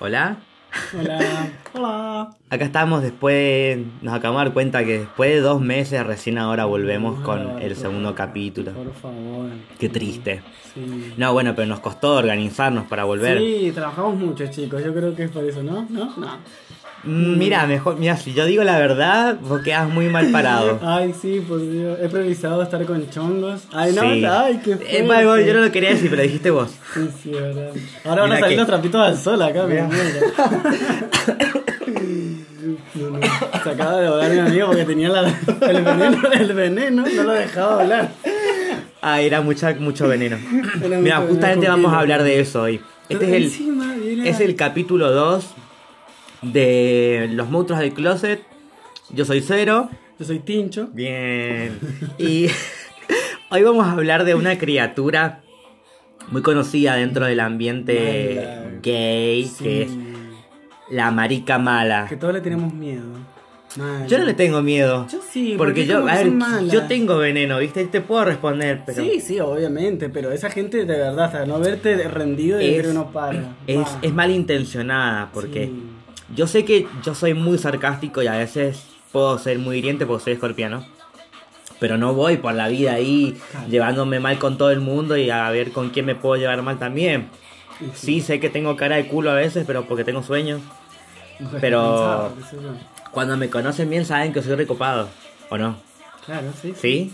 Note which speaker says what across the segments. Speaker 1: Hola.
Speaker 2: Hola. Hola.
Speaker 1: Acá estamos después, nos acabamos de dar cuenta que después de dos meses recién ahora volvemos con
Speaker 2: Ay,
Speaker 1: el
Speaker 2: por
Speaker 1: segundo
Speaker 2: favor,
Speaker 1: capítulo.
Speaker 2: Por favor.
Speaker 1: Qué triste.
Speaker 2: Sí.
Speaker 1: No, bueno, pero nos costó organizarnos para volver.
Speaker 2: Sí, trabajamos mucho, chicos. Yo creo que es por eso, ¿no? ¿No? No.
Speaker 1: Mm, Mira, mejor, mira, si yo digo la verdad, vos quedás muy mal parado.
Speaker 2: Ay, sí, por Dios. He priorizado estar con chongos. Ay, no,
Speaker 1: Sí.
Speaker 2: ay, qué
Speaker 1: Eh, vale, vale,
Speaker 2: fuerte.
Speaker 1: yo no lo quería decir, pero dijiste vos.
Speaker 2: Sí, sí, verdad. Ahora van
Speaker 1: Mira
Speaker 2: a salir
Speaker 1: que-
Speaker 2: los trapitos al sol acá, me
Speaker 1: Mira.
Speaker 2: muero. No, no. Se acaba de ahogar mi amigo porque tenía la- el veneno, el veneno, no lo dejaba hablar.
Speaker 1: Ah, era mucha, mucho veneno.
Speaker 2: Era
Speaker 1: Mira,
Speaker 2: mucho
Speaker 1: justamente
Speaker 2: veneno,
Speaker 1: vamos a
Speaker 2: porque-
Speaker 1: hablar de eso hoy. Este es el,
Speaker 2: Encima viene
Speaker 1: es
Speaker 2: la-
Speaker 1: el capítulo 2 de Los monstruos del closet. Yo soy Cero.
Speaker 2: Yo soy Tincho.
Speaker 1: Bien. Y hoy vamos a hablar de una criatura muy conocida dentro del ambiente
Speaker 2: Mala.
Speaker 1: gay, que es la marica mala.
Speaker 2: Que todos le tenemos miedo. Mal.
Speaker 1: Yo no le tengo miedo.
Speaker 2: Yo sí,
Speaker 1: porque yo,
Speaker 2: como
Speaker 1: a
Speaker 2: que
Speaker 1: ver,
Speaker 2: son malas.
Speaker 1: yo tengo veneno, ¿viste? Te puedo responder, pero
Speaker 2: Sí, sí, obviamente, pero esa gente de verdad, hasta no verte rendido y
Speaker 1: Es-
Speaker 2: creo no para.
Speaker 1: es,
Speaker 2: Va.
Speaker 1: es malintencionada, porque
Speaker 2: Sí.
Speaker 1: yo sé que yo soy muy sarcástico y a veces puedo ser muy hiriente porque soy escorpiano. Pero no voy por la vida ahí
Speaker 2: Claro.
Speaker 1: llevándome mal con todo el mundo y a ver con quién me puedo llevar mal también.
Speaker 2: Y
Speaker 1: Sí, sé que tengo cara de culo a veces, pero porque tengo sueños.
Speaker 2: no sé,
Speaker 1: pero-
Speaker 2: cansado, qué sé yo.
Speaker 1: Cuando me conocen bien saben que soy recopado, ¿o no?
Speaker 2: Claro, sí.
Speaker 1: ¿Sí?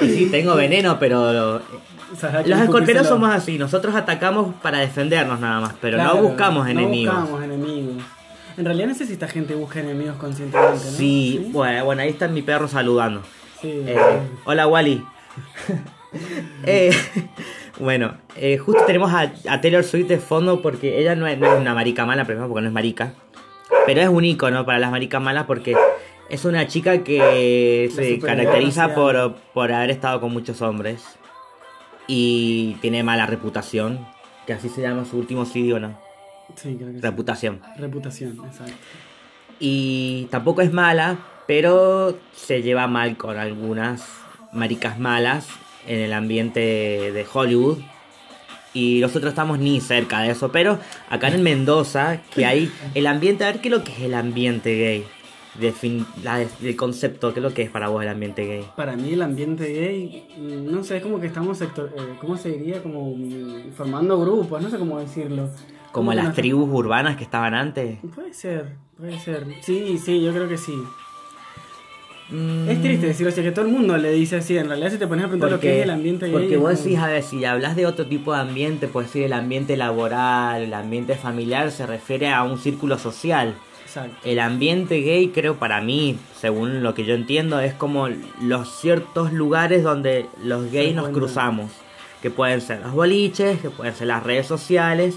Speaker 1: y sí, tengo veneno, pero...
Speaker 2: O sea, hay que
Speaker 1: Los escorpiones
Speaker 2: escupírselo.
Speaker 1: somos así, nosotros atacamos para defendernos nada más, pero
Speaker 2: Claro,
Speaker 1: no buscamos enemigos.
Speaker 2: No buscamos enemigos. En realidad necesita gente busca enemigos conscientemente, ¿no?
Speaker 1: Sí, Bueno, bueno, ahí está mi perro saludando.
Speaker 2: Sí.
Speaker 1: Eh, hola Wally. Eh, bueno, eh, justo tenemos a, a Taylor Swift de fondo porque ella no es, no es una marica mala, primero porque no es marica. Pero es un icono para las maricas malas porque es una chica que
Speaker 2: La
Speaker 1: se
Speaker 2: superhéroe
Speaker 1: caracteriza
Speaker 2: racial.
Speaker 1: por, por haber estado con muchos hombres y tiene mala reputación, que así se llama su último CD, ¿o no?
Speaker 2: Sí, creo que sí.
Speaker 1: Reputación.
Speaker 2: Reputación, exacto.
Speaker 1: Y tampoco es mala, pero se lleva mal con algunas maricas malas en el ambiente de Hollywood. Y nosotros estamos ni cerca de eso, pero acá en Mendoza, que hay el ambiente, a ver qué es lo que es el ambiente gay. Defin- la- el concepto, ¿qué es lo que es para vos el ambiente gay?
Speaker 2: Para mí el ambiente gay, mm, no sé, es como que estamos, sector, eh, ¿cómo se diría? Como mm, formando grupos, no sé cómo decirlo.
Speaker 1: Como
Speaker 2: que
Speaker 1: las
Speaker 2: nos-
Speaker 1: tribus urbanas que estaban antes.
Speaker 2: Puede ser, puede ser. Sí, sí, yo creo que sí. Es triste decirlo, o sea, que todo el mundo le dice así. En realidad, si te pones a preguntar lo que es el ambiente gay.
Speaker 1: porque
Speaker 2: es
Speaker 1: vos
Speaker 2: como-
Speaker 1: decís, ah, a ver, si hablas de otro tipo de ambiente, puedes decir el ambiente laboral, el ambiente familiar, se refiere a un círculo social.
Speaker 2: Exacto.
Speaker 1: El ambiente gay, creo para mí, según lo que yo entiendo, es como los ciertos lugares donde los gays nos
Speaker 2: encuentran.
Speaker 1: cruzamos. Que pueden ser los boliches, que pueden ser las redes sociales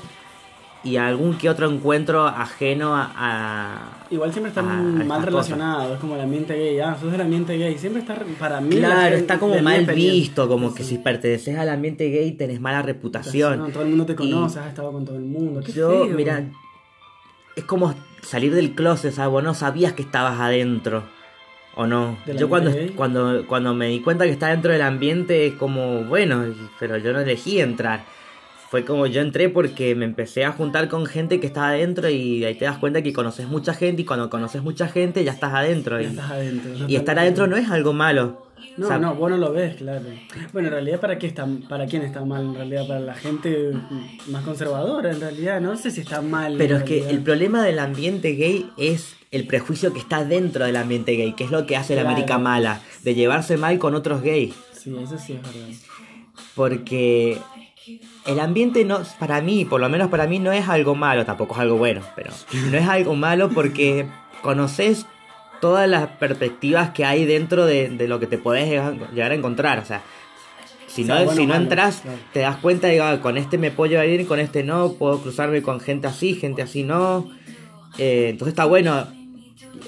Speaker 1: y algún que otro encuentro ajeno a- a,
Speaker 2: Igual siempre están
Speaker 1: Ah, estas
Speaker 2: mal
Speaker 1: cosas.
Speaker 2: relacionados, es como el ambiente gay. Ah, sos del ambiente gay. Siempre está, re- para mí. la
Speaker 1: Claro,
Speaker 2: gente-
Speaker 1: está como
Speaker 2: de mi
Speaker 1: mal
Speaker 2: experiencia-
Speaker 1: visto, como que si perteneces al ambiente gay tenés mala
Speaker 2: No,
Speaker 1: reputación.
Speaker 2: todo el mundo te
Speaker 1: Y
Speaker 2: conoce, has estado con todo el mundo. Qué
Speaker 1: Yo,
Speaker 2: feo.
Speaker 1: mira, es como salir del closet, ¿sabes? Vos no sabías que estabas adentro, ¿o no?
Speaker 2: ¿Del
Speaker 1: Yo cuando,
Speaker 2: ambiente gay?
Speaker 1: cuando, cuando me di cuenta que estaba dentro del ambiente es como, bueno, y- pero yo no elegí entrar. Fue como yo entré porque me empecé a juntar con gente que estaba adentro y ahí te das cuenta que conoces mucha gente y cuando conoces mucha gente ya estás adentro.
Speaker 2: Ya
Speaker 1: y-
Speaker 2: estás adentro.
Speaker 1: y estar adentro no es algo malo.
Speaker 2: No,
Speaker 1: O sea,
Speaker 2: no, vos no lo ves, claro. Bueno, en realidad, ¿para qué está, para quién está mal? En realidad, para la gente más conservadora, en realidad. No sé si está mal.
Speaker 1: Pero
Speaker 2: en
Speaker 1: es que el
Speaker 2: realidad.
Speaker 1: problema del ambiente gay es el prejuicio que está dentro del ambiente gay, que es lo que hace la
Speaker 2: Claro.
Speaker 1: América mala, de llevarse mal con otros gays.
Speaker 2: Sí, eso sí es verdad.
Speaker 1: Porque el ambiente no, para mí, por lo menos para mí, no es algo malo, tampoco es algo bueno, pero no es algo malo porque conoces todas las perspectivas que hay dentro de, de lo que te podés llegar llegar a encontrar. O sea, si
Speaker 2: O
Speaker 1: no,
Speaker 2: sea, bueno,
Speaker 1: si no
Speaker 2: malo,
Speaker 1: entras,
Speaker 2: claro.
Speaker 1: te das cuenta, digo, ah, con este me puedo llevar bien, con este no, puedo cruzarme con gente así, gente así no. Eh, entonces está bueno,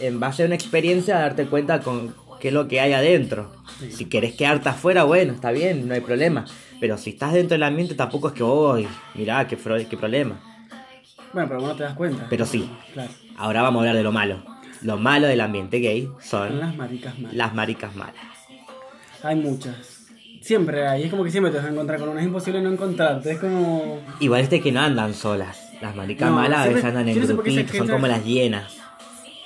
Speaker 1: en base a una experiencia, darte cuenta con qué es lo que hay adentro. Si querés quedarte afuera, bueno, está bien, no hay problema. Pero si estás dentro del ambiente, tampoco es que, hoy mirá, qué, fro- qué problema.
Speaker 2: Bueno, pero vos no te das cuenta.
Speaker 1: Pero sí.
Speaker 2: Claro.
Speaker 1: Ahora vamos a hablar de lo malo. Lo malo del ambiente gay
Speaker 2: Son
Speaker 1: son
Speaker 2: las maricas malas.
Speaker 1: las maricas malas.
Speaker 2: Hay muchas. Siempre hay. Es como que siempre te vas a encontrar con una. Es imposible no encontrarte. Es como.
Speaker 1: Igual este que no andan solas. Las maricas
Speaker 2: No,
Speaker 1: malas a veces
Speaker 2: siempre-
Speaker 1: andan en
Speaker 2: yo no sé por qué esa
Speaker 1: grupitos, son
Speaker 2: gente-
Speaker 1: como las hienas.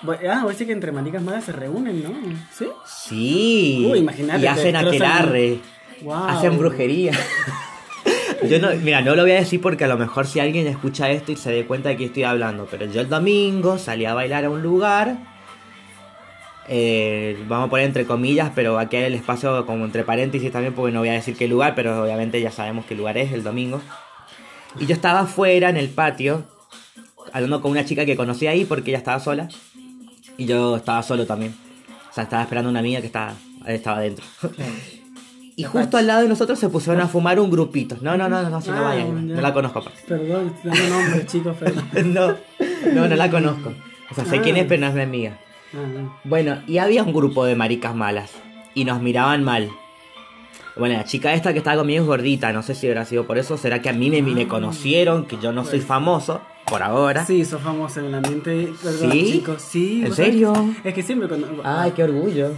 Speaker 2: Bo- Ah, vos decís que entre maricas malas se reúnen, ¿no? ¿Sí?
Speaker 1: Sí.
Speaker 2: Uy, imagínate,
Speaker 1: Y hacen
Speaker 2: te destrozan-
Speaker 1: aquelarre.
Speaker 2: Wow.
Speaker 1: Hacen brujería. yo no, mira, no lo voy a decir porque a lo mejor si alguien escucha esto y se dé cuenta de que estoy hablando, pero yo el domingo salí a bailar a un lugar. eh, vamos a poner entre comillas, pero aquí hay el espacio como entre paréntesis también porque no voy a decir qué lugar, pero obviamente ya sabemos qué lugar es el domingo. Y yo estaba afuera en el patio hablando con una chica que conocí ahí porque ella estaba sola y yo estaba solo también. O sea, estaba esperando a una amiga que estaba, estaba adentro. Y justo al lado de nosotros se pusieron a fumar un grupito. No, no, no, no, no, si no
Speaker 2: Ah,
Speaker 1: vayan.
Speaker 2: ya.
Speaker 1: No la conozco, aparte.
Speaker 2: Perdón, estoy dando nombres, chicos, perdón.
Speaker 1: No, no, no la conozco. O sea, sé
Speaker 2: Ah.
Speaker 1: quién es, pero no es mi amiga.
Speaker 2: Ah, no.
Speaker 1: Bueno, y había un grupo de maricas malas. Y nos miraban mal. Bueno, la chica esta que estaba conmigo es gordita. No sé si habrá sido por eso. ¿Será que a mí me, me conocieron? Que yo no soy famoso, por ahora.
Speaker 2: Ah. Pues. Sí, sos famoso en el ambiente. Perdón,
Speaker 1: ¿Sí?
Speaker 2: chicos, sí.
Speaker 1: ¿En
Speaker 2: vos sabés
Speaker 1: serio?
Speaker 2: que- Es que siempre cuando.
Speaker 1: Ay, qué orgullo.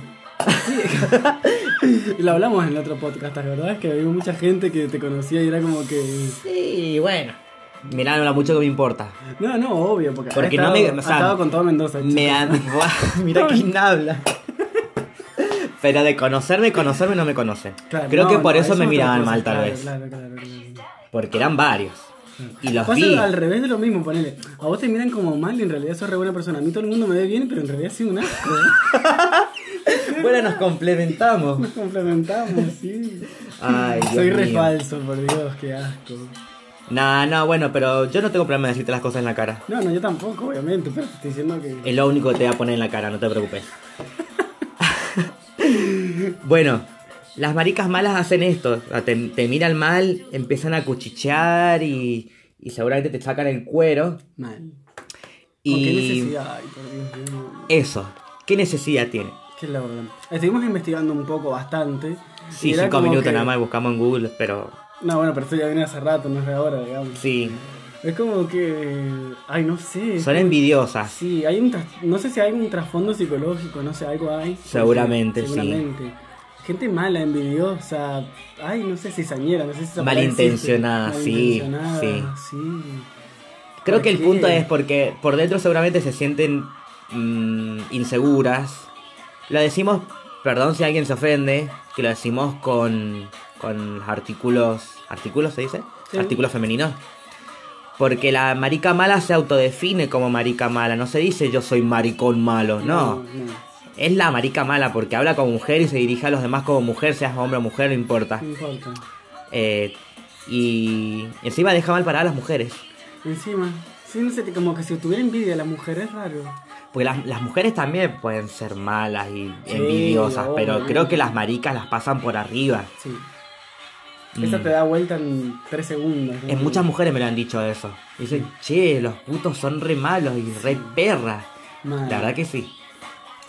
Speaker 2: Lo hablamos en el otro podcast, la verdad es que había mucha gente que te conocía y era como que.
Speaker 1: Sí, bueno. Mirá, no la mucho que me importa.
Speaker 2: No, no, obvio, porque. ha
Speaker 1: Porque no
Speaker 2: estado,
Speaker 1: me- o sea,
Speaker 2: ha estado con todo Mendoza.
Speaker 1: Me
Speaker 2: chicos.
Speaker 1: ha- Buah, Mira quién habla. Pero de conocerme, conocerme no me conocen.
Speaker 2: Claro,
Speaker 1: Creo
Speaker 2: no,
Speaker 1: que por
Speaker 2: no,
Speaker 1: eso
Speaker 2: es
Speaker 1: me
Speaker 2: otra
Speaker 1: miraban
Speaker 2: cosa,
Speaker 1: mal, tal
Speaker 2: claro,
Speaker 1: vez.
Speaker 2: Claro, claro, claro.
Speaker 1: Porque eran varios. Y los
Speaker 2: Pasa
Speaker 1: vi.
Speaker 2: al revés de lo mismo, ponele. A vos te miran como mal y en realidad sos re buena persona. A mí todo el mundo me ve bien, pero en realidad soy un asco.
Speaker 1: Bueno, nos complementamos.
Speaker 2: Nos complementamos, sí.
Speaker 1: Ay, Dios
Speaker 2: Soy re
Speaker 1: mío.
Speaker 2: falso, por Dios, qué asco.
Speaker 1: Nah, no, bueno, pero yo no tengo problema de decirte las cosas en la cara.
Speaker 2: No, no, yo tampoco, obviamente, pero te estoy diciendo que.
Speaker 1: Es lo único que te voy a poner en la cara, no te preocupes. bueno, las maricas malas hacen esto. o sea, Te, te miran mal, empiezan a cuchichear y, y seguramente te sacan el cuero.
Speaker 2: Mal. ¿Con qué
Speaker 1: Y
Speaker 2: necesidad? Ay, por Dios, Dios mío.
Speaker 1: eso, ¿qué necesidad tiene?
Speaker 2: Qué loco. Estuvimos investigando un poco bastante. y
Speaker 1: Sí,
Speaker 2: era
Speaker 1: cinco
Speaker 2: como
Speaker 1: minutos
Speaker 2: que-
Speaker 1: nada más buscamos en Google, pero
Speaker 2: No, bueno, pero esto ya viene hace rato, no es de ahora, digamos.
Speaker 1: sí,
Speaker 2: Es como que. Ay, no sé.
Speaker 1: son envidiosas.
Speaker 2: Sí, hay un tras- no sé si hay un trasfondo psicológico, no sé, algo hay.
Speaker 1: Seguramente, sí.
Speaker 2: Seguramente. Gente mala, envidiosa, ay, no sé, cizañera, no sé si esa palabra
Speaker 1: Malintencionada,
Speaker 2: existe.
Speaker 1: sí,
Speaker 2: Malintencionada,
Speaker 1: Creo que el
Speaker 2: ¿Por
Speaker 1: punto
Speaker 2: qué?
Speaker 1: es porque por dentro seguramente se sienten mm, inseguras. Lo decimos, perdón si alguien se ofende, que lo decimos con, con artículos, ¿artículos se dice?
Speaker 2: Sí.
Speaker 1: Artículos femeninos. Porque la marica mala se autodefine como marica mala, no se dice yo soy maricón malo, no.
Speaker 2: no,
Speaker 1: Es la marica mala porque habla como mujer y se dirige a los demás como mujer, seas hombre o mujer, no importa.
Speaker 2: no importa.
Speaker 1: Eh, y encima deja mal paradas a las mujeres.
Speaker 2: Encima, sí, no sé, como que si tuviera envidia a las mujeres, es raro.
Speaker 1: Porque las, las mujeres también pueden ser malas y
Speaker 2: Sí,
Speaker 1: envidiosas,
Speaker 2: obvio.
Speaker 1: pero creo que las maricas las pasan por arriba.
Speaker 2: Sí.
Speaker 1: Mm.
Speaker 2: Esa te da vuelta en tres segundos. ¿no?
Speaker 1: En muchas mujeres me lo han dicho eso. Dicen, che, los putos son re malos y re perras.
Speaker 2: Mal.
Speaker 1: La verdad que sí.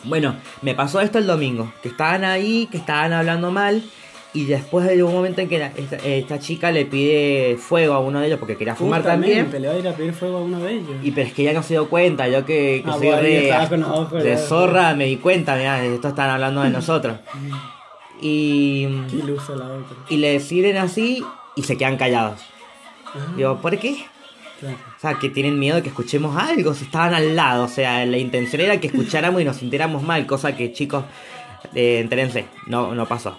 Speaker 1: Bueno, me pasó esto el domingo, que estaban ahí, que estaban hablando mal, y después de un momento en que la- esta, esta chica le pide fuego a uno de ellos porque quería fumar
Speaker 2: Justamente,
Speaker 1: también,
Speaker 2: Le va a ir a pedir fuego a uno de ellos.
Speaker 1: y pero es que ella no se dio cuenta, yo que, que
Speaker 2: Ah,
Speaker 1: soy
Speaker 2: bueno,
Speaker 1: re-
Speaker 2: estaba con los ojos,
Speaker 1: de
Speaker 2: ya.
Speaker 1: zorra me di cuenta, mirá, esto están hablando de nosotros. Y,
Speaker 2: Mm, Qué ilusa la otra.
Speaker 1: y le deciden así y se quedan callados.
Speaker 2: Ah,
Speaker 1: Digo, ¿por qué?
Speaker 2: claro.
Speaker 1: O sea, que tienen miedo de que escuchemos algo, si estaban al lado. O sea, la intención era que escucháramos y nos sintiéramos mal, cosa que, chicos, eh, entérense, no, no pasó.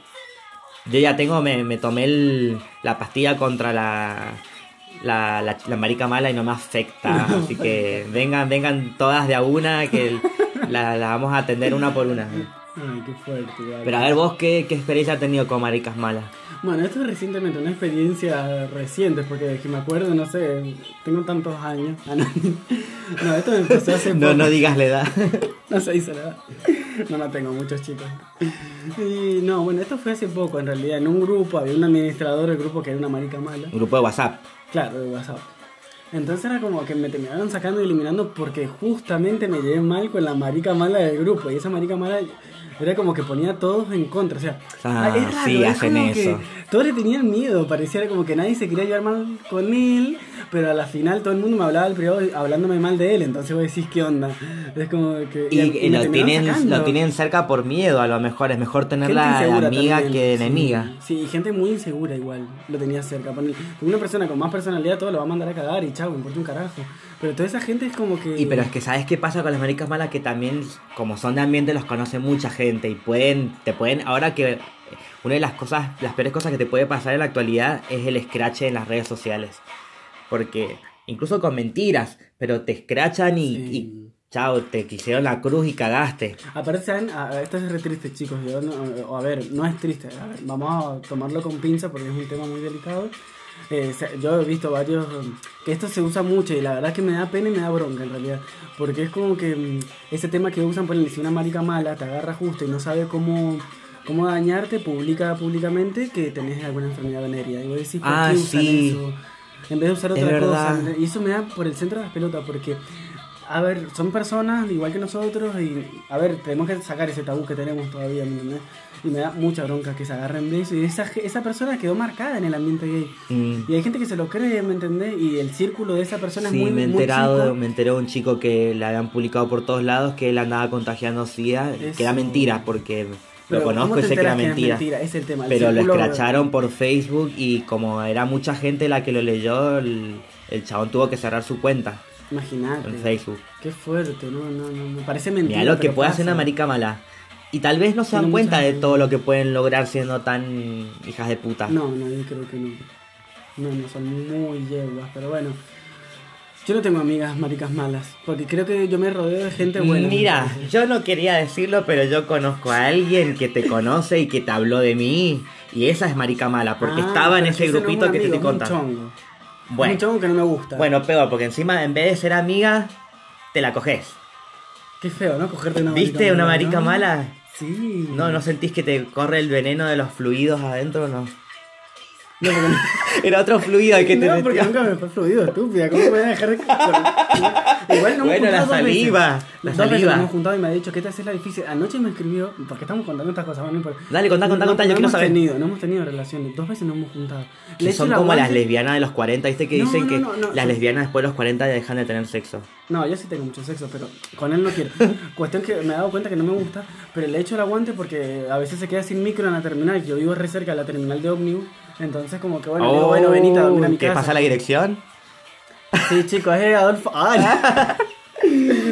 Speaker 1: Yo ya tengo, me, me tomé el- la pastilla contra la, la, la- la marica mala y no me afecta. Así que vengan, vengan todas de a una, que el- la, la vamos a atender una por una.
Speaker 2: Ay, qué fuerte. vale.
Speaker 1: Pero a ver vos, ¿qué, qué experiencia has tenido con maricas malas?
Speaker 2: Bueno, esto es recientemente, una experiencia reciente, porque que me acuerdo, no sé, tengo tantos años. Ah, no, no, esto me empezó hace
Speaker 1: No,
Speaker 2: poco.
Speaker 1: no digas la edad.
Speaker 2: No se dice la edad. No, no tengo muchos chicos. Y no, bueno, esto fue hace poco, en realidad, en un grupo, había un administrador del grupo que era una marica mala.
Speaker 1: Un grupo de WhatsApp.
Speaker 2: Claro, de WhatsApp. Entonces era como que me terminaron sacando y eliminando porque justamente me llevé mal con la marica mala del grupo. Y esa marica mala era como que ponía a todos en contra. O sea,
Speaker 1: Ah,
Speaker 2: es raro,
Speaker 1: sí,
Speaker 2: es
Speaker 1: hacen
Speaker 2: como que
Speaker 1: eso.
Speaker 2: todos le tenían miedo. Parecía como que nadie se quería llevar mal con él. Pero a la final todo el mundo me hablaba al privado hablándome mal de él. Entonces vos decís, ¿qué onda? Es como que.
Speaker 1: Y, y
Speaker 2: me
Speaker 1: lo,
Speaker 2: terminaron
Speaker 1: tienen,
Speaker 2: sacando.
Speaker 1: lo tienen cerca por miedo, a lo mejor. Es mejor
Speaker 2: Gente
Speaker 1: tenerla de
Speaker 2: insegura
Speaker 1: amiga
Speaker 2: también,
Speaker 1: que de
Speaker 2: sí.
Speaker 1: enemiga.
Speaker 2: Sí, gente muy insegura igual. Lo tenía cerca. Ponele, Una persona con más personalidad todo lo va a mandar a cagar y chao. chao, me importa un carajo. Pero toda esa gente es como que.
Speaker 1: Y pero es que sabes qué pasa con las maricas malas que también como son de ambiente los conoce mucha gente y pueden te pueden ahora que una de las cosas las peores cosas que te puede pasar en la actualidad es el scratch en las redes sociales porque incluso con mentiras pero te escrachan y,
Speaker 2: Sí.
Speaker 1: y chao te quisieron la cruz y cagaste
Speaker 2: Aparte, ¿saben? A- a- esto es re triste, chicos. Yo no- a ver, no es triste. A ver, vamos a tomarlo con pinza porque es un tema muy delicado. Eh, se- yo he visto varios um, que esto se usa mucho y la verdad que me da pena y me da bronca en realidad. Porque es como que mm, ese tema que usan, por si una marica mala te agarra justo y no sabe cómo, cómo dañarte, publica públicamente que tenés alguna enfermedad venérea. Y vos decís, ¿por
Speaker 1: Ah,
Speaker 2: qué usan
Speaker 1: sí.
Speaker 2: eso? En vez de usar
Speaker 1: Es
Speaker 2: otra cosa.
Speaker 1: verdad.
Speaker 2: Y eso me da por el centro de las pelotas porque a ver, son personas igual que nosotros y, a ver, tenemos que sacar ese tabú que tenemos todavía, ¿me entendés? Y me da mucha bronca que se agarren de eso. Y esa, ge- esa persona quedó marcada en el ambiente gay.
Speaker 1: Mm.
Speaker 2: Y hay gente que se lo cree, ¿me entendés? Y el círculo de esa persona
Speaker 1: Sí,
Speaker 2: es muy,
Speaker 1: me he
Speaker 2: muy
Speaker 1: enterado,
Speaker 2: chico.
Speaker 1: me enteré de un chico que le habían publicado por todos lados que él andaba contagiando SIDA, que era
Speaker 2: Eso.
Speaker 1: mentira, porque
Speaker 2: Pero,
Speaker 1: lo conozco
Speaker 2: ¿cómo
Speaker 1: y
Speaker 2: te
Speaker 1: sé que era
Speaker 2: enteras es
Speaker 1: mentira.
Speaker 2: Es el tema. el
Speaker 1: Pero lo
Speaker 2: círculo-
Speaker 1: escracharon por Facebook y como era mucha gente la que lo leyó, el, el chabón tuvo que cerrar su cuenta
Speaker 2: Imagínate.
Speaker 1: en Facebook.
Speaker 2: Qué fuerte, no, no, no. Me parece
Speaker 1: Mira
Speaker 2: Ah, mentira.
Speaker 1: lo que
Speaker 2: pero
Speaker 1: puede hacer
Speaker 2: pasa.
Speaker 1: una marica mala. Y tal vez no se dan
Speaker 2: Tiene
Speaker 1: cuenta
Speaker 2: mucha-
Speaker 1: de todo lo que pueden lograr siendo tan hijas de puta.
Speaker 2: No, no, yo creo que no. No, no, son muy yeguas, pero bueno. Yo no tengo amigas maricas malas, porque creo que yo me rodeo de gente buena.
Speaker 1: Mira, yo no quería decirlo, pero yo conozco a alguien que te conoce y que te habló de mí. Y esa es marica mala, porque
Speaker 2: Ah,
Speaker 1: estaba en
Speaker 2: pero
Speaker 1: ese
Speaker 2: ese no es
Speaker 1: grupito
Speaker 2: un
Speaker 1: que te
Speaker 2: amigo,
Speaker 1: estoy
Speaker 2: es un
Speaker 1: contando.
Speaker 2: chongo. Es Un
Speaker 1: Bueno,
Speaker 2: chongo que no me gusta.
Speaker 1: bueno, peor, porque encima en vez de ser amiga, te la coges.
Speaker 2: Qué feo, ¿no? Cogerte una marica
Speaker 1: ¿Viste una marica
Speaker 2: Ah, ¿no?
Speaker 1: mala?
Speaker 2: Sí.
Speaker 1: No, no sentís que te corre el veneno de los fluidos adentro, no.
Speaker 2: No, porque,
Speaker 1: Era otro fluido el que te
Speaker 2: no, porque
Speaker 1: metía.
Speaker 2: nunca me fue fluido, estúpida. ¿Cómo me voy a dejar...? Por- Igual no me he
Speaker 1: Bueno, la
Speaker 2: juntado dos veces.
Speaker 1: saliva, la
Speaker 2: Dos veces
Speaker 1: saliva.
Speaker 2: nos hemos juntado y me ha dicho que te haces la difícil. Anoche me escribió, porque estamos contando estas cosas, bueno, no importa.
Speaker 1: Dale, contá, contá,
Speaker 2: No-
Speaker 1: contá, yo
Speaker 2: no
Speaker 1: quiero
Speaker 2: hemos
Speaker 1: saber.
Speaker 2: Tenido, no hemos tenido relaciones, dos veces no hemos juntado. Le he
Speaker 1: Que
Speaker 2: hecho
Speaker 1: son
Speaker 2: el
Speaker 1: como las
Speaker 2: aguante-
Speaker 1: lesbianas de los 40, viste que
Speaker 2: No,
Speaker 1: dicen
Speaker 2: no,
Speaker 1: que
Speaker 2: no, no,
Speaker 1: las
Speaker 2: son-
Speaker 1: lesbianas después de los 40 dejan de tener sexo.
Speaker 2: No, yo sí tengo mucho sexo, pero con él no quiero. Cuestión que me he dado cuenta que no me gusta, pero le he hecho el aguante porque a veces se queda sin micro en la terminal. Yo vivo re cerca de la terminal de ómnibus, entonces como que bueno, le digo,
Speaker 1: Oh,
Speaker 2: bueno, venita, a dormir a mi
Speaker 1: ¿Qué
Speaker 2: casa.
Speaker 1: pasa la dirección?
Speaker 2: Sí, chicos, es Adolfo. ¡Ay!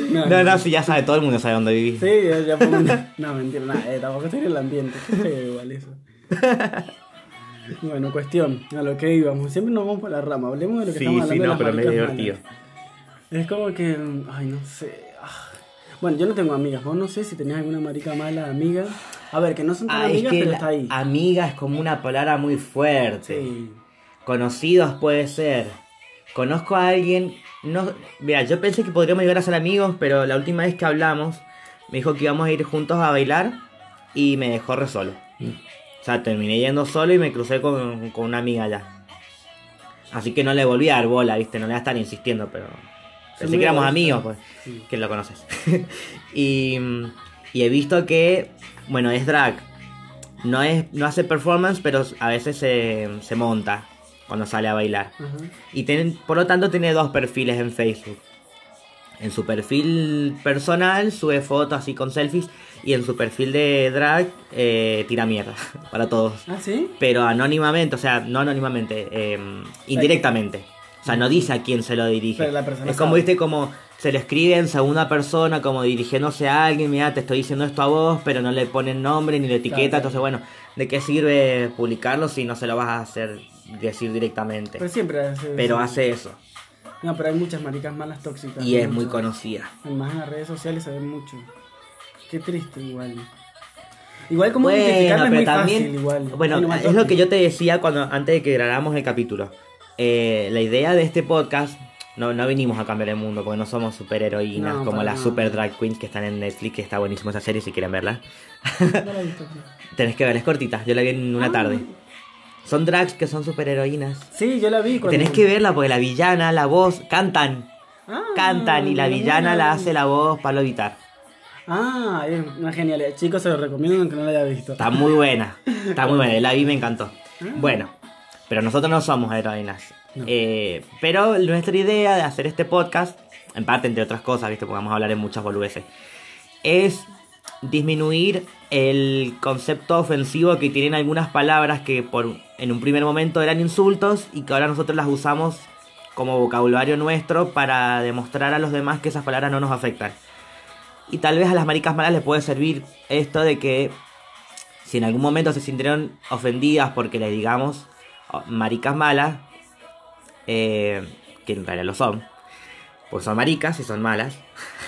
Speaker 2: no,
Speaker 1: Ah. No, no, sí, ya sabe, todo el mundo sabe dónde vivís.
Speaker 2: Sí, yo ya pongo una- No, mentira, nada, eh, tampoco estoy en el ambiente. Qué feo igual eso. Bueno, cuestión, a lo que íbamos. Siempre nos vamos por la rama, hablemos de lo que
Speaker 1: Sí,
Speaker 2: estamos
Speaker 1: sí,
Speaker 2: hablando.
Speaker 1: no,
Speaker 2: de las
Speaker 1: pero me he
Speaker 2: maricas
Speaker 1: divertido.
Speaker 2: malas. Es como que. mm, Ay, no sé. ah. Bueno, yo no tengo amigas. Vos no sé si tenés alguna marica mala amiga. A ver, que no son tan
Speaker 1: Ah, es
Speaker 2: amigas,
Speaker 1: que
Speaker 2: pero
Speaker 1: la-
Speaker 2: está ahí.
Speaker 1: amiga es como una palabra muy fuerte.
Speaker 2: Sí.
Speaker 1: Conocidos puede ser. Conozco a alguien. No, mira, yo pensé que podríamos llegar a ser amigos, pero la última vez que hablamos me dijo que íbamos a ir juntos a bailar y me dejó re solo. O sea, terminé yendo solo y me crucé con, con una amiga allá. Así que no le volví a dar bola, viste, no le voy a estar insistiendo, pero. Pensé
Speaker 2: muy
Speaker 1: que éramos
Speaker 2: egoístas.
Speaker 1: amigos, pues.
Speaker 2: Sí.
Speaker 1: Que lo conoces. y, y he visto que, bueno, es drag. No, es, no hace performance, pero a veces se, se monta cuando sale a bailar.
Speaker 2: Ajá.
Speaker 1: Y ten- por lo tanto tiene dos perfiles en Facebook. En su perfil personal sube fotos así con selfies y en su perfil de drag eh, tira mierda para todos.
Speaker 2: ¿Ah, sí?
Speaker 1: Pero anónimamente, o sea, no anónimamente, eh, indirectamente. O sea, no dice a quién se lo dirige.
Speaker 2: Pero la persona
Speaker 1: es como,
Speaker 2: sabe.
Speaker 1: viste, como se lo escribe en segunda persona, como dirigiéndose a alguien, mira, te estoy diciendo esto a vos, pero no le ponen nombre ni la etiqueta.
Speaker 2: Claro,
Speaker 1: Entonces, bueno, ¿de qué sirve publicarlo si no se lo vas a hacer decir directamente?
Speaker 2: Pero siempre hace.
Speaker 1: Pero hace eso.
Speaker 2: No, pero hay muchas maricas malas tóxicas.
Speaker 1: Y es muy
Speaker 2: muchas.
Speaker 1: conocida.
Speaker 2: Además en las redes sociales se ve mucho. Qué triste igual. Igual como
Speaker 1: Bueno,
Speaker 2: identificarla es
Speaker 1: pero
Speaker 2: muy
Speaker 1: también.
Speaker 2: fácil igual.
Speaker 1: Bueno,
Speaker 2: Ay, no me
Speaker 1: es lo
Speaker 2: toques.
Speaker 1: que yo te decía cuando antes de que grabáramos el capítulo. Eh, la idea de este podcast. No, no vinimos a cambiar el mundo porque no somos superheroínas
Speaker 2: No,
Speaker 1: como
Speaker 2: para
Speaker 1: las
Speaker 2: nada.
Speaker 1: super drag queens que están en Netflix, que está buenísima esa serie si quieren verla.
Speaker 2: No la he visto, no.
Speaker 1: Tenés que verla, es cortita, yo la vi en una
Speaker 2: Ah.
Speaker 1: tarde. Son drags que son superheroínas.
Speaker 2: Sí, yo la vi cuando...
Speaker 1: Tenés que verla porque la villana, la voz, cantan,
Speaker 2: Ah,
Speaker 1: cantan y la villana la hace la voz Pablo Vitar.
Speaker 2: Ah, es una genialidad. Chicos, se lo recomiendo aunque no la haya visto.
Speaker 1: Está muy buena. Está muy buena. La vi y me encantó. Bueno, pero nosotros no somos heroínas.
Speaker 2: No.
Speaker 1: Eh, pero nuestra idea de hacer este podcast, en parte entre otras cosas, ¿viste? Porque vamos a hablar en muchas boludeces, es disminuir el concepto ofensivo que tienen algunas palabras que por en un primer momento eran insultos y que ahora nosotros las usamos como vocabulario nuestro para demostrar a los demás que esas palabras no nos afectan. Y tal vez a las maricas malas les puede servir esto de que si en algún momento se sintieron ofendidas porque les digamos oh, maricas malas, eh, que en realidad lo son, pues son maricas y son malas,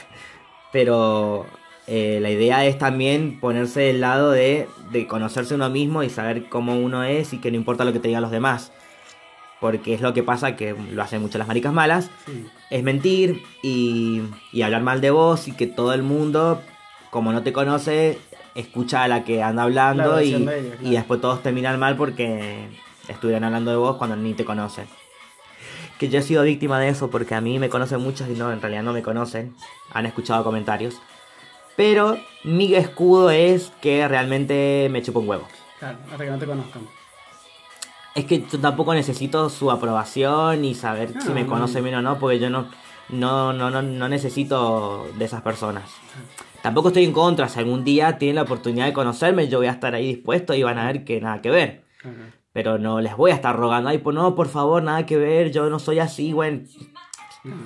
Speaker 1: pero eh, la idea es también ponerse del lado de, de conocerse uno mismo y saber cómo uno es y que no importa lo que te digan los demás porque es lo que pasa que lo hacen mucho las maricas malas,
Speaker 2: Sí.
Speaker 1: es mentir y, y hablar mal de vos y que todo el mundo, como no te conoce, escucha a la que anda
Speaker 2: La
Speaker 1: hablando y,
Speaker 2: versión de ellos,
Speaker 1: y
Speaker 2: claro.
Speaker 1: después todos terminan mal porque estuvieron hablando de vos cuando ni te conocen. Que yo he sido víctima de eso porque a mí me conocen muchas y no, en realidad no me conocen, han escuchado comentarios. Pero mi escudo es que realmente me chupo un huevo.
Speaker 2: Claro, hasta que no te conozcan.
Speaker 1: Es que yo tampoco necesito su aprobación y saber si me
Speaker 2: No,
Speaker 1: conoce
Speaker 2: no.
Speaker 1: bien o no, porque yo no, no, no, no, no necesito de esas personas. Tampoco estoy en contra, si algún día tienen la oportunidad de conocerme, yo voy a estar ahí dispuesto y van a ver que nada que ver.
Speaker 2: Claro.
Speaker 1: Pero no les voy a estar rogando, ay, pues no, por favor, nada que ver, yo no soy así, bueno.
Speaker 2: No.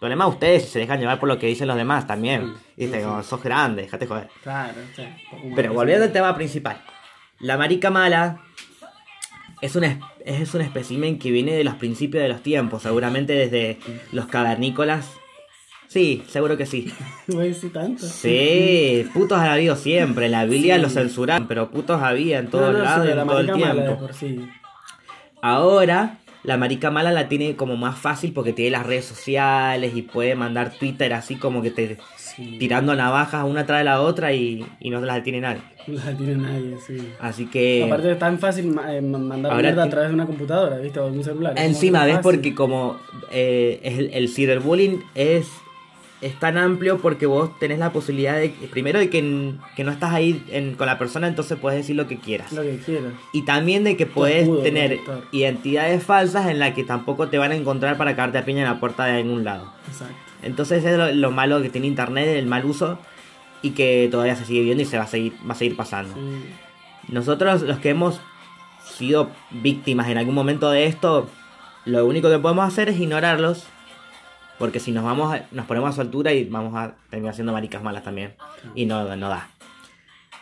Speaker 1: Problema de ustedes, si se dejan llevar por lo que dicen los demás también.
Speaker 2: Sí,
Speaker 1: Viste,
Speaker 2: sí,
Speaker 1: como, sos grande, déjate joder.
Speaker 2: Claro, o sea, como-
Speaker 1: Pero volviendo al tema principal. La marica mala es un, es- es un espécimen que viene de los principios de los tiempos, seguramente desde los cavernícolas. Sí, seguro que sí.
Speaker 2: Voy a decir tanto.
Speaker 1: Sí, putos ha habido siempre, en la Biblia
Speaker 2: Sí.
Speaker 1: los censuraban, pero putos había en todos
Speaker 2: No, no, sí,
Speaker 1: lados,
Speaker 2: pero
Speaker 1: y en todo el
Speaker 2: marica
Speaker 1: tiempo.
Speaker 2: mala de por sí.
Speaker 1: Ahora, la marica mala la tiene como más fácil porque tiene las redes sociales y puede mandar Twitter así como que te
Speaker 2: Sí.
Speaker 1: tirando navajas una tras de la otra y, y no las detiene nadie.
Speaker 2: No la tiene nadie, sí.
Speaker 1: Así que...
Speaker 2: Aparte es tan fácil ma- eh, ma- mandar
Speaker 1: Ahora
Speaker 2: mierda a
Speaker 1: ti-
Speaker 2: través de una computadora, ¿viste? O de un celular. es como
Speaker 1: Encima,
Speaker 2: tan
Speaker 1: ¿ves?
Speaker 2: fácil.
Speaker 1: Porque como eh, es el, el ciberbullying es, es tan amplio porque vos tenés la posibilidad de, primero de que, n- que no estás ahí en- con la persona, entonces puedes decir lo que quieras.
Speaker 2: Lo que quieras.
Speaker 1: Y también de que puedes
Speaker 2: escudo,
Speaker 1: tener
Speaker 2: protector.
Speaker 1: identidades falsas en las que tampoco te van a encontrar para cagarte a piña en la puerta de algún lado.
Speaker 2: Exacto.
Speaker 1: Entonces es lo, lo malo que tiene Internet, el mal uso, y que todavía se sigue viendo y se va a seguir, va a seguir pasando.
Speaker 2: Sí.
Speaker 1: Nosotros los que hemos sido víctimas en algún momento de esto, lo único que podemos hacer es ignorarlos, porque si nos vamos a- nos ponemos a su altura y vamos a terminar siendo maricas malas también. Y no, no da.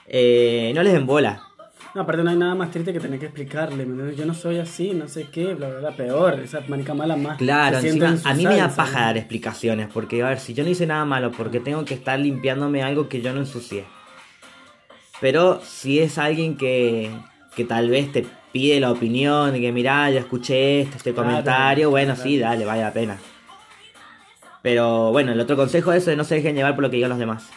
Speaker 1: Eh, no les den bola.
Speaker 2: No, aparte no hay nada más triste que tener que explicarle, ¿me entiendes? Yo no soy así, no sé qué, bla, bla, bla, peor, esa marica mala más.
Speaker 1: Claro,
Speaker 2: se siente
Speaker 1: encima
Speaker 2: en su
Speaker 1: a mí me da
Speaker 2: salsa,
Speaker 1: paja
Speaker 2: ¿no?
Speaker 1: dar explicaciones, porque a ver, si yo no hice nada malo, porque tengo que estar limpiándome algo que yo no ensucié. Pero si es alguien que, que tal vez te pide la opinión, de que mirá, yo escuché este, este
Speaker 2: Claro,
Speaker 1: comentario, bueno,
Speaker 2: claro.
Speaker 1: sí, dale, vale la pena. Pero bueno, el otro consejo es eso de no se dejen llevar por lo que digan los demás.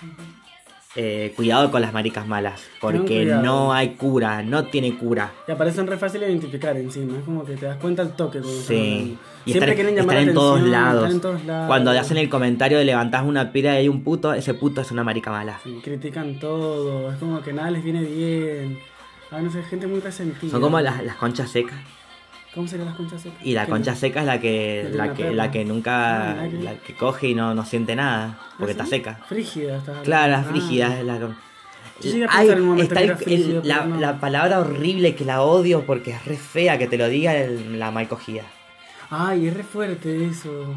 Speaker 1: Eh, cuidado con las maricas malas, porque
Speaker 2: cuidado.
Speaker 1: no hay cura, no tiene cura.
Speaker 2: Y aparecen re fácil de identificar encima, es como que te das cuenta al toque. cuando están
Speaker 1: Sí.
Speaker 2: hablando.
Speaker 1: Y estar, estar
Speaker 2: la
Speaker 1: en todos
Speaker 2: atención,
Speaker 1: lados.
Speaker 2: están en todos lados.
Speaker 1: Cuando hacen el comentario de levantás una pira y hay un puto, ese puto es una marica mala.
Speaker 2: Sí, critican todo, es como que nada les viene bien. Ay, no sé, gente muy resentida.
Speaker 1: Son como las, las conchas secas.
Speaker 2: ¿Cómo serían las conchas secas?
Speaker 1: Y la
Speaker 2: Que
Speaker 1: concha
Speaker 2: no-
Speaker 1: seca es la que,
Speaker 2: Tiene
Speaker 1: la
Speaker 2: una
Speaker 1: que,
Speaker 2: perla.
Speaker 1: la que
Speaker 2: Ah,
Speaker 1: nunca,
Speaker 2: mira que-
Speaker 1: la que coge y no, no siente nada, porque
Speaker 2: ¿Ah,
Speaker 1: está
Speaker 2: sí?
Speaker 1: seca.
Speaker 2: Frígida, está.
Speaker 1: Claro, las
Speaker 2: Ah.
Speaker 1: frígidas es la con-
Speaker 2: Yo llegué a
Speaker 1: Ay,
Speaker 2: pensar en un momento
Speaker 1: está
Speaker 2: que
Speaker 1: el-
Speaker 2: era frígido,
Speaker 1: el-
Speaker 2: pero
Speaker 1: la,
Speaker 2: no.
Speaker 1: la palabra horrible que la odio porque es re fea que te lo diga el- la mal cogida.
Speaker 2: Ay, es re fuerte eso.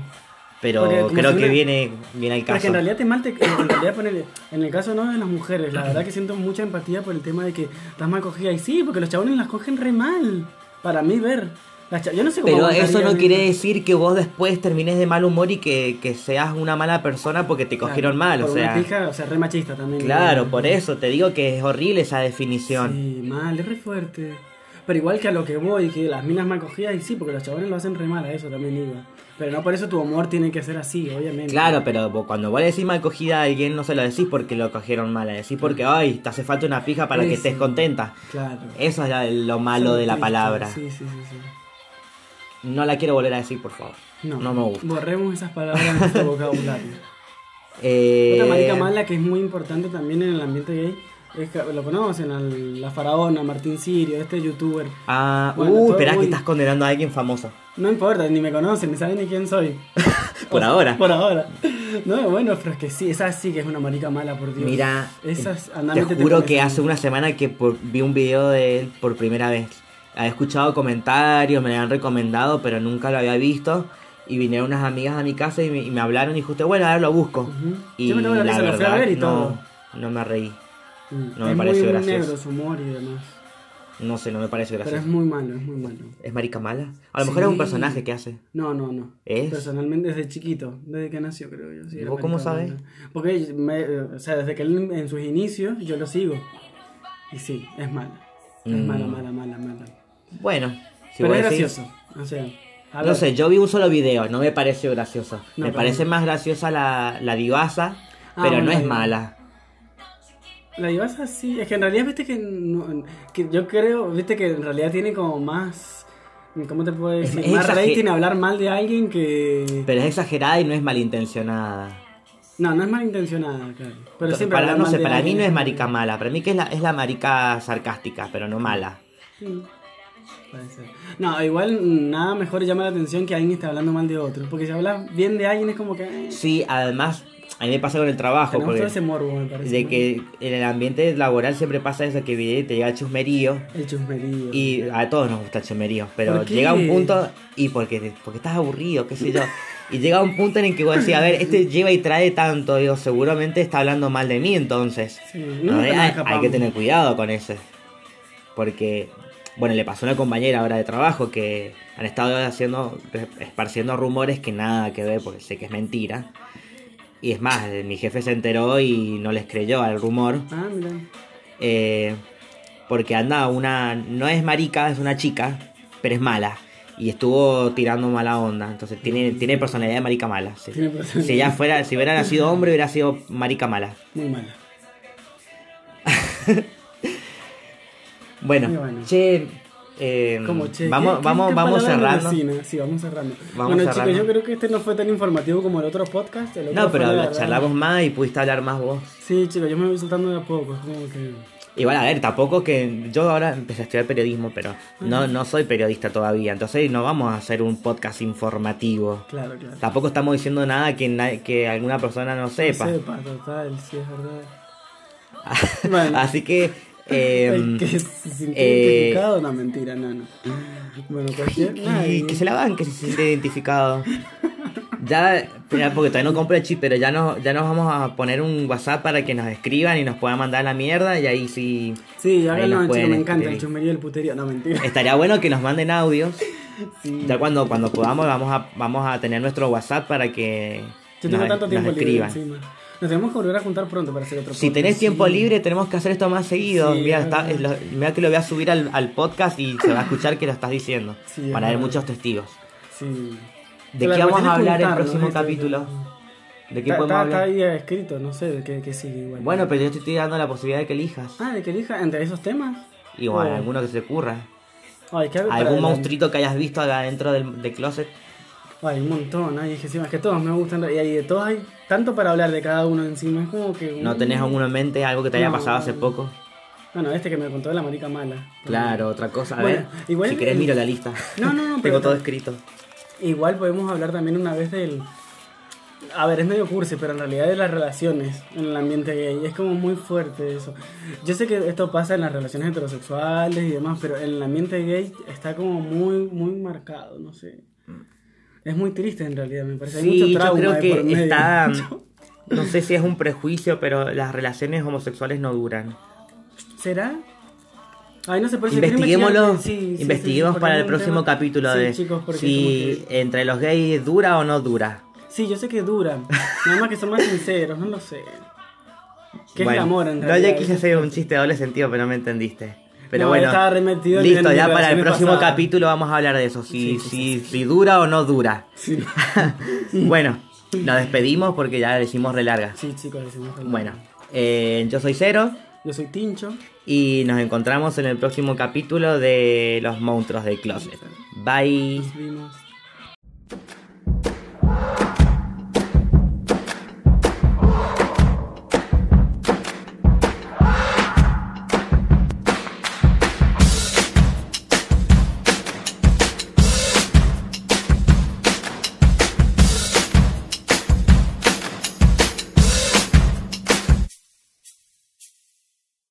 Speaker 1: Pero
Speaker 2: Porque como
Speaker 1: creo
Speaker 2: si
Speaker 1: que
Speaker 2: una-
Speaker 1: viene, viene al
Speaker 2: Pero
Speaker 1: caso.
Speaker 2: es que en realidad te mal te- en realidad ponele, en el caso no de las mujeres, la verdad que siento mucha empatía por el tema de que estás mal cogida y sí, porque los chabones las cogen re mal. Para mí ver, Las cha- yo no sé cómo
Speaker 1: Pero
Speaker 2: aguantaría
Speaker 1: eso no
Speaker 2: ver-
Speaker 1: quiere decir que vos después termines de mal humor y que, que seas una mala persona porque te
Speaker 2: Claro,
Speaker 1: cogieron mal, o
Speaker 2: por una
Speaker 1: sea.
Speaker 2: pija, o sea, re machista también.
Speaker 1: Claro,
Speaker 2: ¿no?
Speaker 1: por eso te digo que es horrible esa definición.
Speaker 2: Sí, mal, es re fuerte. Pero igual que a lo que voy, que las minas mal cogidas y sí, porque los chabones lo hacen re mal, a eso también iba. Pero no por eso tu amor tiene que ser así, obviamente.
Speaker 1: Claro, pero vos- cuando vos le decís mal cogida a alguien no se lo decís porque lo cogieron mal, le decís porque, ay, te hace falta una pija para que
Speaker 2: Eso.
Speaker 1: estés contenta.
Speaker 2: Claro.
Speaker 1: Eso es la- lo malo de la
Speaker 2: Sí,
Speaker 1: palabra.
Speaker 2: Sí, sí, sí. sí.
Speaker 1: No la quiero volver a decir, por favor.
Speaker 2: No,
Speaker 1: No me gusta.
Speaker 2: Borremos esas palabras de nuestro vocabulario.
Speaker 1: Eh,
Speaker 2: Otra marica mala que es muy importante también en el ambiente gay es que lo conocen, al, la faraona, Martín Sirio, este youtuber.
Speaker 1: Ah,
Speaker 2: Bueno,
Speaker 1: uh,
Speaker 2: todo
Speaker 1: esperá que
Speaker 2: muy-
Speaker 1: estás condenando a alguien famoso.
Speaker 2: No importa, ni me conocen, ni saben ni quién soy.
Speaker 1: Por ahora.
Speaker 2: Por ahora. No, bueno, pero es que sí, esa sí que es una marica mala, por Dios.
Speaker 1: Mira, eh,
Speaker 2: esas
Speaker 1: Te
Speaker 2: andame
Speaker 1: juro que hace una semana que por- vi un video de él por primera vez. Había escuchado comentarios, me lo habían recomendado, pero nunca lo había visto. y vinieron unas amigas a mi casa y me, y me hablaron y justo, bueno, ahora lo busco.
Speaker 2: Ujú.
Speaker 1: Y
Speaker 2: Yo me tengo la risa, lo fui a ver y
Speaker 1: no,
Speaker 2: todo.
Speaker 1: no me reí.
Speaker 2: Mm.
Speaker 1: No me
Speaker 2: es
Speaker 1: pareció
Speaker 2: muy, muy
Speaker 1: gracioso.
Speaker 2: negro su humor y demás.
Speaker 1: No sé, no me parece
Speaker 2: Pero es
Speaker 1: gracioso.
Speaker 2: muy malo, es muy malo.
Speaker 1: ¿Es marica mala? A lo mejor es un
Speaker 2: Sí.
Speaker 1: personaje que hace.
Speaker 2: No, no, no.
Speaker 1: ¿Es?
Speaker 2: Personalmente desde chiquito, desde que nació creo yo. sí, era
Speaker 1: ¿Vos cómo
Speaker 2: maricón,
Speaker 1: sabes?
Speaker 2: ¿no? Porque, me- o sea, desde que él en sus inicios yo lo sigo. Y sí, es mala. Es
Speaker 1: Mm.
Speaker 2: mala, mala, mala, mala.
Speaker 1: Bueno, si
Speaker 2: Pero
Speaker 1: vos
Speaker 2: es
Speaker 1: decís-
Speaker 2: gracioso. O sea, a
Speaker 1: No
Speaker 2: ver,
Speaker 1: sé, yo vi un solo video, no me pareció gracioso.
Speaker 2: No,
Speaker 1: me
Speaker 2: claro.
Speaker 1: parece más graciosa la, la divasa,
Speaker 2: Ah,
Speaker 1: pero
Speaker 2: bueno,
Speaker 1: no es
Speaker 2: la-
Speaker 1: mala.
Speaker 2: La llevas así. Es que en realidad, viste que, no- que yo creo, viste que en realidad tiene como más. ¿Cómo te puedo
Speaker 1: Es-
Speaker 2: decir?
Speaker 1: es
Speaker 2: más
Speaker 1: exager-
Speaker 2: rating hablar mal de alguien que.
Speaker 1: Pero es exagerada y no es malintencionada.
Speaker 2: No, no es malintencionada, claro. Pero
Speaker 1: Entonces,
Speaker 2: siempre
Speaker 1: para,
Speaker 2: hablar
Speaker 1: no
Speaker 2: mal
Speaker 1: sé,
Speaker 2: de
Speaker 1: para mí
Speaker 2: alguien
Speaker 1: no es marica mala, para mí que es la, es la marica sarcástica, pero no mala.
Speaker 2: Mm, puede ser. No, igual mm, nada mejor llama la atención que alguien esté hablando mal de otro. Porque si hablas bien de alguien es como que. eh,
Speaker 1: Sí, además, a mí me pasa con el trabajo,
Speaker 2: Tenemos
Speaker 1: porque
Speaker 2: todo ese morbo, me parece.
Speaker 1: de
Speaker 2: ¿no?
Speaker 1: que en el ambiente laboral siempre pasa eso que viene y te llega el chusmerío.
Speaker 2: El chusmerío.
Speaker 1: Y a todos nos gusta el chumerío, pero
Speaker 2: ¿Por qué?
Speaker 1: llega un punto y porque, porque estás aburrido, qué sé yo. Y llega un punto en el que vos decís, a ver, este lleva y trae tanto, digo, seguramente está hablando mal de mí, entonces.
Speaker 2: Sí,
Speaker 1: A
Speaker 2: nunca
Speaker 1: ver,
Speaker 2: nos
Speaker 1: hay, hay
Speaker 2: escapamos.
Speaker 1: que tener cuidado con eso. Porque, bueno, le pasó a una compañera ahora de trabajo que han estado haciendo, esparciendo rumores que nada que ver, porque sé que es mentira. Y es más, mi jefe se enteró y no les creyó al rumor.
Speaker 2: Ah, mira.
Speaker 1: Eh, porque anda una. No es marica, es una chica, pero es mala. Y estuvo tirando mala onda. Entonces tiene, tiene personalidad de marica mala. sí.
Speaker 2: Tiene personalidad.
Speaker 1: Si ella fuera, si hubiera nacido hombre, hubiera sido marica mala.
Speaker 2: Muy mala.
Speaker 1: Bueno,
Speaker 2: Muy bueno.
Speaker 1: che. eh,
Speaker 2: Como che.
Speaker 1: vamos,
Speaker 2: ¿qué-
Speaker 1: vamos,
Speaker 2: qué
Speaker 1: vamos
Speaker 2: palabra
Speaker 1: cerrando.
Speaker 2: medicina? Sí, vamos cerrando.
Speaker 1: Vamos
Speaker 2: bueno,
Speaker 1: cerrando.
Speaker 2: chicos, yo creo que este no fue tan informativo como el otro podcast. el otro
Speaker 1: No,
Speaker 2: fue la
Speaker 1: pero
Speaker 2: verdad.
Speaker 1: charlamos más y pudiste hablar más vos.
Speaker 2: Sí, chicos, yo me voy soltando de a poco. es como que-
Speaker 1: Igual, a ver, tampoco que. Yo ahora empecé a estudiar periodismo, pero no, no soy periodista todavía. Entonces no vamos a hacer un podcast informativo.
Speaker 2: Claro, claro.
Speaker 1: Tampoco estamos diciendo nada que, na- que alguna persona no sepa. Ah,
Speaker 2: No sepa, total, sí, es verdad. bueno.
Speaker 1: Así que, eh,
Speaker 2: El que se sintió
Speaker 1: eh,
Speaker 2: identificado, no, mentira, no, no. Bueno, cualquier.
Speaker 1: que, que se la van, que se siente identificado. Ya, espera, porque todavía no compré el chip, pero ya, no, ya nos vamos a poner un WhatsApp para que nos escriban y nos puedan mandar la mierda y ahí sí...
Speaker 2: Sí, ya
Speaker 1: ahí nos
Speaker 2: hablan, no, chico,
Speaker 1: pueden
Speaker 2: me encanta el
Speaker 1: escribir.
Speaker 2: chumerío y el puterío. No, mentira.
Speaker 1: Estaría bueno que nos manden audios.
Speaker 2: Sí.
Speaker 1: Ya cuando, cuando podamos vamos a, vamos a tener nuestro WhatsApp para que
Speaker 2: Yo tengo
Speaker 1: nos,
Speaker 2: tanto
Speaker 1: nos
Speaker 2: tiempo libre
Speaker 1: escriban.
Speaker 2: encima. Nos tenemos que volver a juntar pronto para hacer otro
Speaker 1: Si
Speaker 2: podcast,
Speaker 1: tenés
Speaker 2: sí.
Speaker 1: tiempo libre, tenemos que hacer esto más seguido.
Speaker 2: Sí,
Speaker 1: mira,
Speaker 2: es
Speaker 1: está-
Speaker 2: verdad.
Speaker 1: es lo- mira que lo voy a subir al, al podcast y se va a escuchar que lo estás diciendo.
Speaker 2: Sí, es
Speaker 1: para ver
Speaker 2: verdad.
Speaker 1: muchos testigos.
Speaker 2: Sí.
Speaker 1: ¿De
Speaker 2: Pero
Speaker 1: qué
Speaker 2: la
Speaker 1: vamos
Speaker 2: cuestión
Speaker 1: a
Speaker 2: es
Speaker 1: hablar en el
Speaker 2: juntarnos,
Speaker 1: próximo
Speaker 2: ¿viste?
Speaker 1: capítulo? ¿De qué
Speaker 2: Está,
Speaker 1: podemos
Speaker 2: está,
Speaker 1: hablar?
Speaker 2: está ahí escrito, no sé de qué, qué sigue igual.
Speaker 1: Bueno, pero yo te estoy dando la posibilidad de que elijas.
Speaker 2: Ah, de que elija entre esos temas.
Speaker 1: Y bueno,
Speaker 2: Oh.
Speaker 1: alguno que se te ocurra.
Speaker 2: Ay, que
Speaker 1: Algún
Speaker 2: para adelante.
Speaker 1: monstruito que hayas visto acá dentro del, del closet.
Speaker 2: Ay, un montón, ay, es que encima es que todos me gustan. Y hay de todos hay tanto para hablar de cada uno encima. Es como que.
Speaker 1: ¿No tenés alguno en mente? ¿Algo que te haya
Speaker 2: No.
Speaker 1: pasado hace poco?
Speaker 2: Bueno, este que me contó la marica mala.
Speaker 1: Claro, otra cosa. A
Speaker 2: Bueno,
Speaker 1: ver,
Speaker 2: igual-
Speaker 1: si querés miro la lista.
Speaker 2: No, no, no,
Speaker 1: Tengo
Speaker 2: pero-
Speaker 1: todo escrito.
Speaker 2: Igual podemos hablar también una vez del. A ver, es medio cursi, pero en realidad de las relaciones en el ambiente gay. Es como muy fuerte eso. Yo sé que esto pasa en las relaciones heterosexuales y demás, pero en el ambiente gay está como muy, muy marcado, no sé. Es muy triste en realidad, me parece. Hay mucho
Speaker 1: Mm. Sí, yo
Speaker 2: trauma
Speaker 1: creo
Speaker 2: de por
Speaker 1: que
Speaker 2: medio.
Speaker 1: está... mm. No sé si es un prejuicio, pero las relaciones homosexuales no duran.
Speaker 2: ¿Será? Ay, no sé, por eso
Speaker 1: Investiguémoslo,
Speaker 2: quiero investigar- sí, sí, sí, sí,
Speaker 1: investiguemos
Speaker 2: porque
Speaker 1: para
Speaker 2: es
Speaker 1: el
Speaker 2: un
Speaker 1: próximo
Speaker 2: tema-
Speaker 1: capítulo
Speaker 2: Sí,
Speaker 1: de
Speaker 2: chicos, porque
Speaker 1: si
Speaker 2: como que-
Speaker 1: entre los gays dura o no dura.
Speaker 2: Sí, yo sé que duran. Nada más que son más sinceros, no lo sé. ¿Qué es
Speaker 1: Bueno,
Speaker 2: el amor en
Speaker 1: No,
Speaker 2: realidad?
Speaker 1: yo quise hacer un chiste de doble sentido, pero no me entendiste. Pero
Speaker 2: No,
Speaker 1: bueno,
Speaker 2: estaba re metido en-
Speaker 1: listo,
Speaker 2: en
Speaker 1: ya para
Speaker 2: mis
Speaker 1: el
Speaker 2: relaciones
Speaker 1: próximo
Speaker 2: pasadas.
Speaker 1: capítulo vamos a hablar de eso, si,
Speaker 2: Sí,
Speaker 1: si,
Speaker 2: sí,
Speaker 1: si dura o no dura.
Speaker 2: Sí,
Speaker 1: bueno, nos despedimos porque ya le hicimos re larga.
Speaker 2: sí, chicos, decimos algo.
Speaker 1: Bueno, eh, yo soy Cero
Speaker 2: Yo soy Tincho.
Speaker 1: y nos encontramos en el próximo capítulo de Los Monstruos del Closet. Bye.
Speaker 2: Nos vimos.